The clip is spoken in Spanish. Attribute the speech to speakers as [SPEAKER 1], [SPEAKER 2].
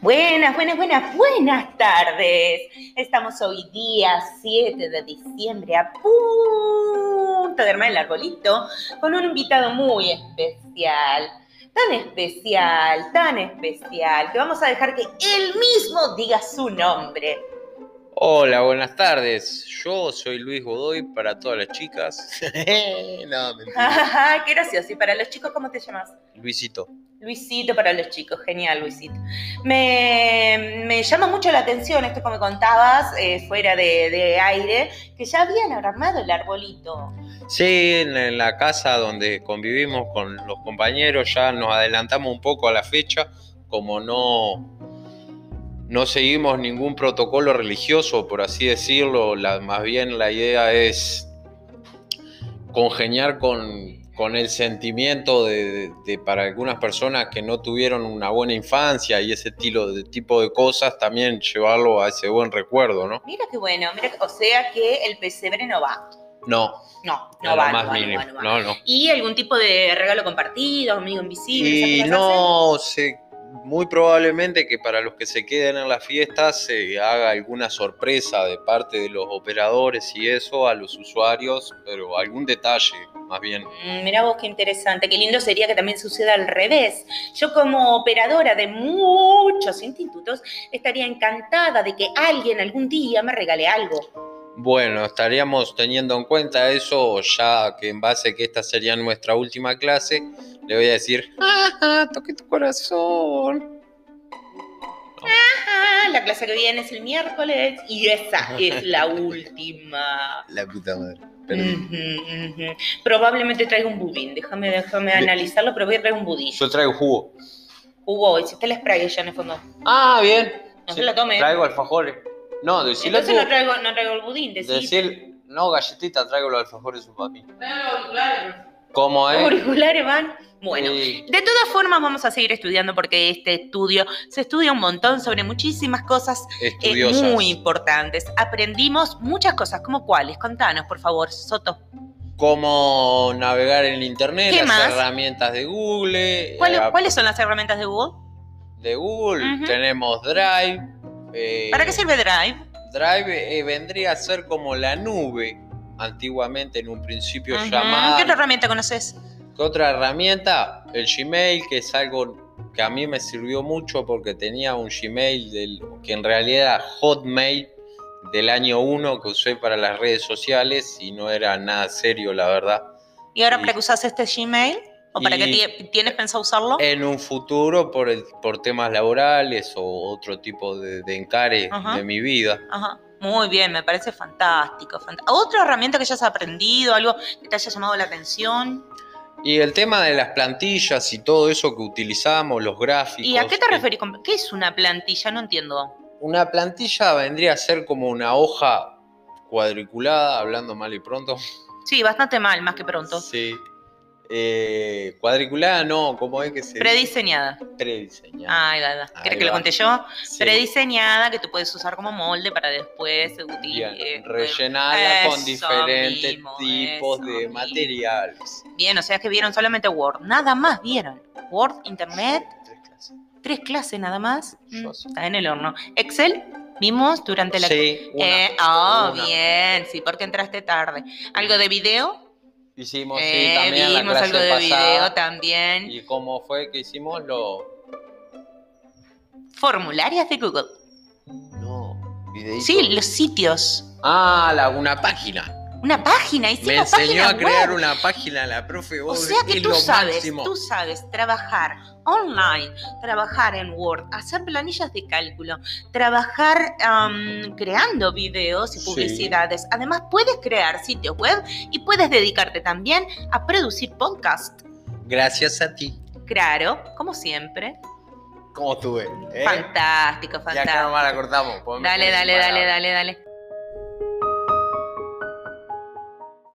[SPEAKER 1] Buenas, buenas, buenas, buenas tardes. Estamos hoy día 7 de diciembre a punto de armar el arbolito con un invitado muy especial. Tan especial, tan especial, que vamos a dejar que él mismo diga su nombre.
[SPEAKER 2] Hola, buenas tardes. Yo soy Luis Godoy para todas las chicas. no, mentira.
[SPEAKER 1] Ajá, Ah, Qué gracioso. ¿Y para los chicos cómo te llamas?
[SPEAKER 2] Luisito.
[SPEAKER 1] Luisito para los chicos, genial Luisito. Me, me llama mucho la atención esto que me contabas eh, fuera de, de aire, que ya habían armado el arbolito.
[SPEAKER 2] Sí, en en la casa donde convivimos con los compañeros ya nos adelantamos un poco a la fecha, como no no seguimos ningún protocolo religioso, por así decirlo, la- más bien la idea es congeniar con, con el sentimiento de, de- de para algunas personas que no tuvieron una buena infancia y ese estilo de tipo de cosas, también llevarlo a ese buen recuerdo, ¿no?
[SPEAKER 1] Mira qué bueno, mira, que- o sea que el pesebre no va.
[SPEAKER 2] No,
[SPEAKER 1] No,
[SPEAKER 2] no,
[SPEAKER 1] no va, no
[SPEAKER 2] más
[SPEAKER 1] va, no
[SPEAKER 2] mínimo,
[SPEAKER 1] va, no va.
[SPEAKER 2] no, no.
[SPEAKER 1] ¿Y algún tipo de regalo compartido, amigo invisible?
[SPEAKER 2] Y
[SPEAKER 1] esas cosas hacen?
[SPEAKER 2] no, se, muy probablemente que para los que se queden en las fiestas se haga alguna sorpresa de parte de los operadores y eso a los usuarios, pero algún detalle más bien.
[SPEAKER 1] Mm, Mirá vos qué interesante, qué lindo sería que también suceda al revés. Yo como operadora de muchos institutos estaría encantada de que alguien algún día me regale algo.
[SPEAKER 2] Bueno, estaríamos teniendo en cuenta eso, ya que en base que esta sería nuestra última clase, le voy a decir, ¡Ah, ah, toqué tu corazón!
[SPEAKER 1] Ah, la clase que viene es el miércoles y esa es la última.
[SPEAKER 2] La puta madre. Mm.
[SPEAKER 1] Ujú, ujú. Probablemente traiga un budín, déjame, déjame analizarlo, pero voy a traer un budín.
[SPEAKER 2] Yo traigo jugo.
[SPEAKER 1] Hugo, hiciste el spray ya en el fondo.
[SPEAKER 2] Ah, bien.
[SPEAKER 1] No se lo tome. ¿eh?
[SPEAKER 2] Traigo alfajores. No, decirle
[SPEAKER 1] Entonces no traigo, no traigo el budín, decí.
[SPEAKER 2] Decir, no, galletita, traigo los alfajores su papi. ¿Cómo es?
[SPEAKER 1] Auriculares van. Bueno.
[SPEAKER 2] Sí.
[SPEAKER 1] De todas formas, vamos a seguir estudiando porque este estudio se estudia un montón sobre muchísimas cosas eh,
[SPEAKER 2] estudiosas.
[SPEAKER 1] muy importantes. Aprendimos muchas cosas, como cuáles. Contanos, por favor, Soto.
[SPEAKER 2] Cómo navegar en internet,
[SPEAKER 1] ¿Qué
[SPEAKER 2] las
[SPEAKER 1] más?
[SPEAKER 2] herramientas de Google.
[SPEAKER 1] ¿Cuál-
[SPEAKER 2] eh,
[SPEAKER 1] ¿Cuáles son las herramientas de Google?
[SPEAKER 2] De Google,
[SPEAKER 1] Ujú.
[SPEAKER 2] tenemos Drive. eh,
[SPEAKER 1] ¿Para qué sirve Drive?
[SPEAKER 2] Drive eh, vendría a ser como la nube, antiguamente en un principio
[SPEAKER 1] Ujú.
[SPEAKER 2] llamada.
[SPEAKER 1] ¿Qué otra herramienta conoces?
[SPEAKER 2] ¿Qué otra herramienta? El Gmail, que es algo que a mí me sirvió mucho porque tenía un Gmail del, que en realidad era Hotmail del año 1 que usé para las redes sociales y no era nada serio, la verdad.
[SPEAKER 1] ¿Y ahora
[SPEAKER 2] Y-
[SPEAKER 1] para qué usas este Gmail? ¿O para
[SPEAKER 2] y- Eh.
[SPEAKER 1] qué ti- tienes pensado usarlo?
[SPEAKER 2] En un futuro, por, el- por temas laborales o otro tipo de, de encare
[SPEAKER 1] Ajá.
[SPEAKER 2] de mi vida.
[SPEAKER 1] Ajá. Muy bien, me parece fantástico. fant- ¿Otra herramienta que hayas aprendido, algo que te haya llamado la atención?
[SPEAKER 2] Y el tema de las plantillas y todo eso que utilizamos, los gráficos.
[SPEAKER 1] ¿Y a qué te
[SPEAKER 2] que-
[SPEAKER 1] referís? con- ¿Qué es una plantilla? No entiendo.
[SPEAKER 2] Una plantilla vendría a ser como una hoja cuadriculada, hablando mal y pronto.
[SPEAKER 1] Sí, bastante mal, más que pronto.
[SPEAKER 2] Sí. Eh, cuadriculada no, ¿cómo es que se dice?
[SPEAKER 1] Prediseñada.
[SPEAKER 2] Prediseñada.
[SPEAKER 1] Ay, va, va. ¿Querés
[SPEAKER 2] Ahí
[SPEAKER 1] que lo
[SPEAKER 2] va.
[SPEAKER 1] conté yo?
[SPEAKER 2] Sí.
[SPEAKER 1] Prediseñada, que tú puedes usar como molde para después utilizar.
[SPEAKER 2] Bien, rellenada con
[SPEAKER 1] eso
[SPEAKER 2] diferentes
[SPEAKER 1] mismo,
[SPEAKER 2] tipos
[SPEAKER 1] eso
[SPEAKER 2] de
[SPEAKER 1] mismo.
[SPEAKER 2] materiales.
[SPEAKER 1] Bien, o sea que vieron solamente Word. Nada más vieron. Word, Internet,
[SPEAKER 2] Tres clases.
[SPEAKER 1] tres clases nada más.
[SPEAKER 2] Yo
[SPEAKER 1] Mm,
[SPEAKER 2] sí.
[SPEAKER 1] Está en el horno. Excel, vimos durante la
[SPEAKER 2] Sí, una,
[SPEAKER 1] Eh, ah,
[SPEAKER 2] una.
[SPEAKER 1] bien, sí, porque entraste tarde. ¿Algo de video?
[SPEAKER 2] Hicimos Oh, sí,
[SPEAKER 1] Eh,
[SPEAKER 2] también la
[SPEAKER 1] vimos
[SPEAKER 2] clase
[SPEAKER 1] algo de video
[SPEAKER 2] pasada.
[SPEAKER 1] también.
[SPEAKER 2] ¿Y cómo fue que hicimos lo...?
[SPEAKER 1] Formularias de Google.
[SPEAKER 2] No, videíto.
[SPEAKER 1] Sí, los sitios.
[SPEAKER 2] Ah, la, una página.
[SPEAKER 1] Una página,
[SPEAKER 2] Me
[SPEAKER 1] hicimos
[SPEAKER 2] enseñó
[SPEAKER 1] página
[SPEAKER 2] a crear
[SPEAKER 1] web.
[SPEAKER 2] una página la profe.
[SPEAKER 1] O
[SPEAKER 2] vos
[SPEAKER 1] sea que
[SPEAKER 2] es
[SPEAKER 1] tú
[SPEAKER 2] lo
[SPEAKER 1] sabes,
[SPEAKER 2] máximo.
[SPEAKER 1] tú sabes trabajar online, trabajar en Word, hacer planillas de cálculo, trabajar am, creando videos y
[SPEAKER 2] Sí.
[SPEAKER 1] publicidades. Además, puedes crear sitios web y puedes dedicarte también a producir podcast.
[SPEAKER 2] Gracias a ti.
[SPEAKER 1] Claro, como siempre.
[SPEAKER 2] ¿Cómo estuve? eh?
[SPEAKER 1] Fantástico,
[SPEAKER 2] Ya acá
[SPEAKER 1] fantástico.
[SPEAKER 2] nomás la cortamos. podemos
[SPEAKER 1] Dale,
[SPEAKER 2] quedar
[SPEAKER 1] dale,
[SPEAKER 2] sin
[SPEAKER 1] dale,
[SPEAKER 2] palabras.
[SPEAKER 1] dale, dale.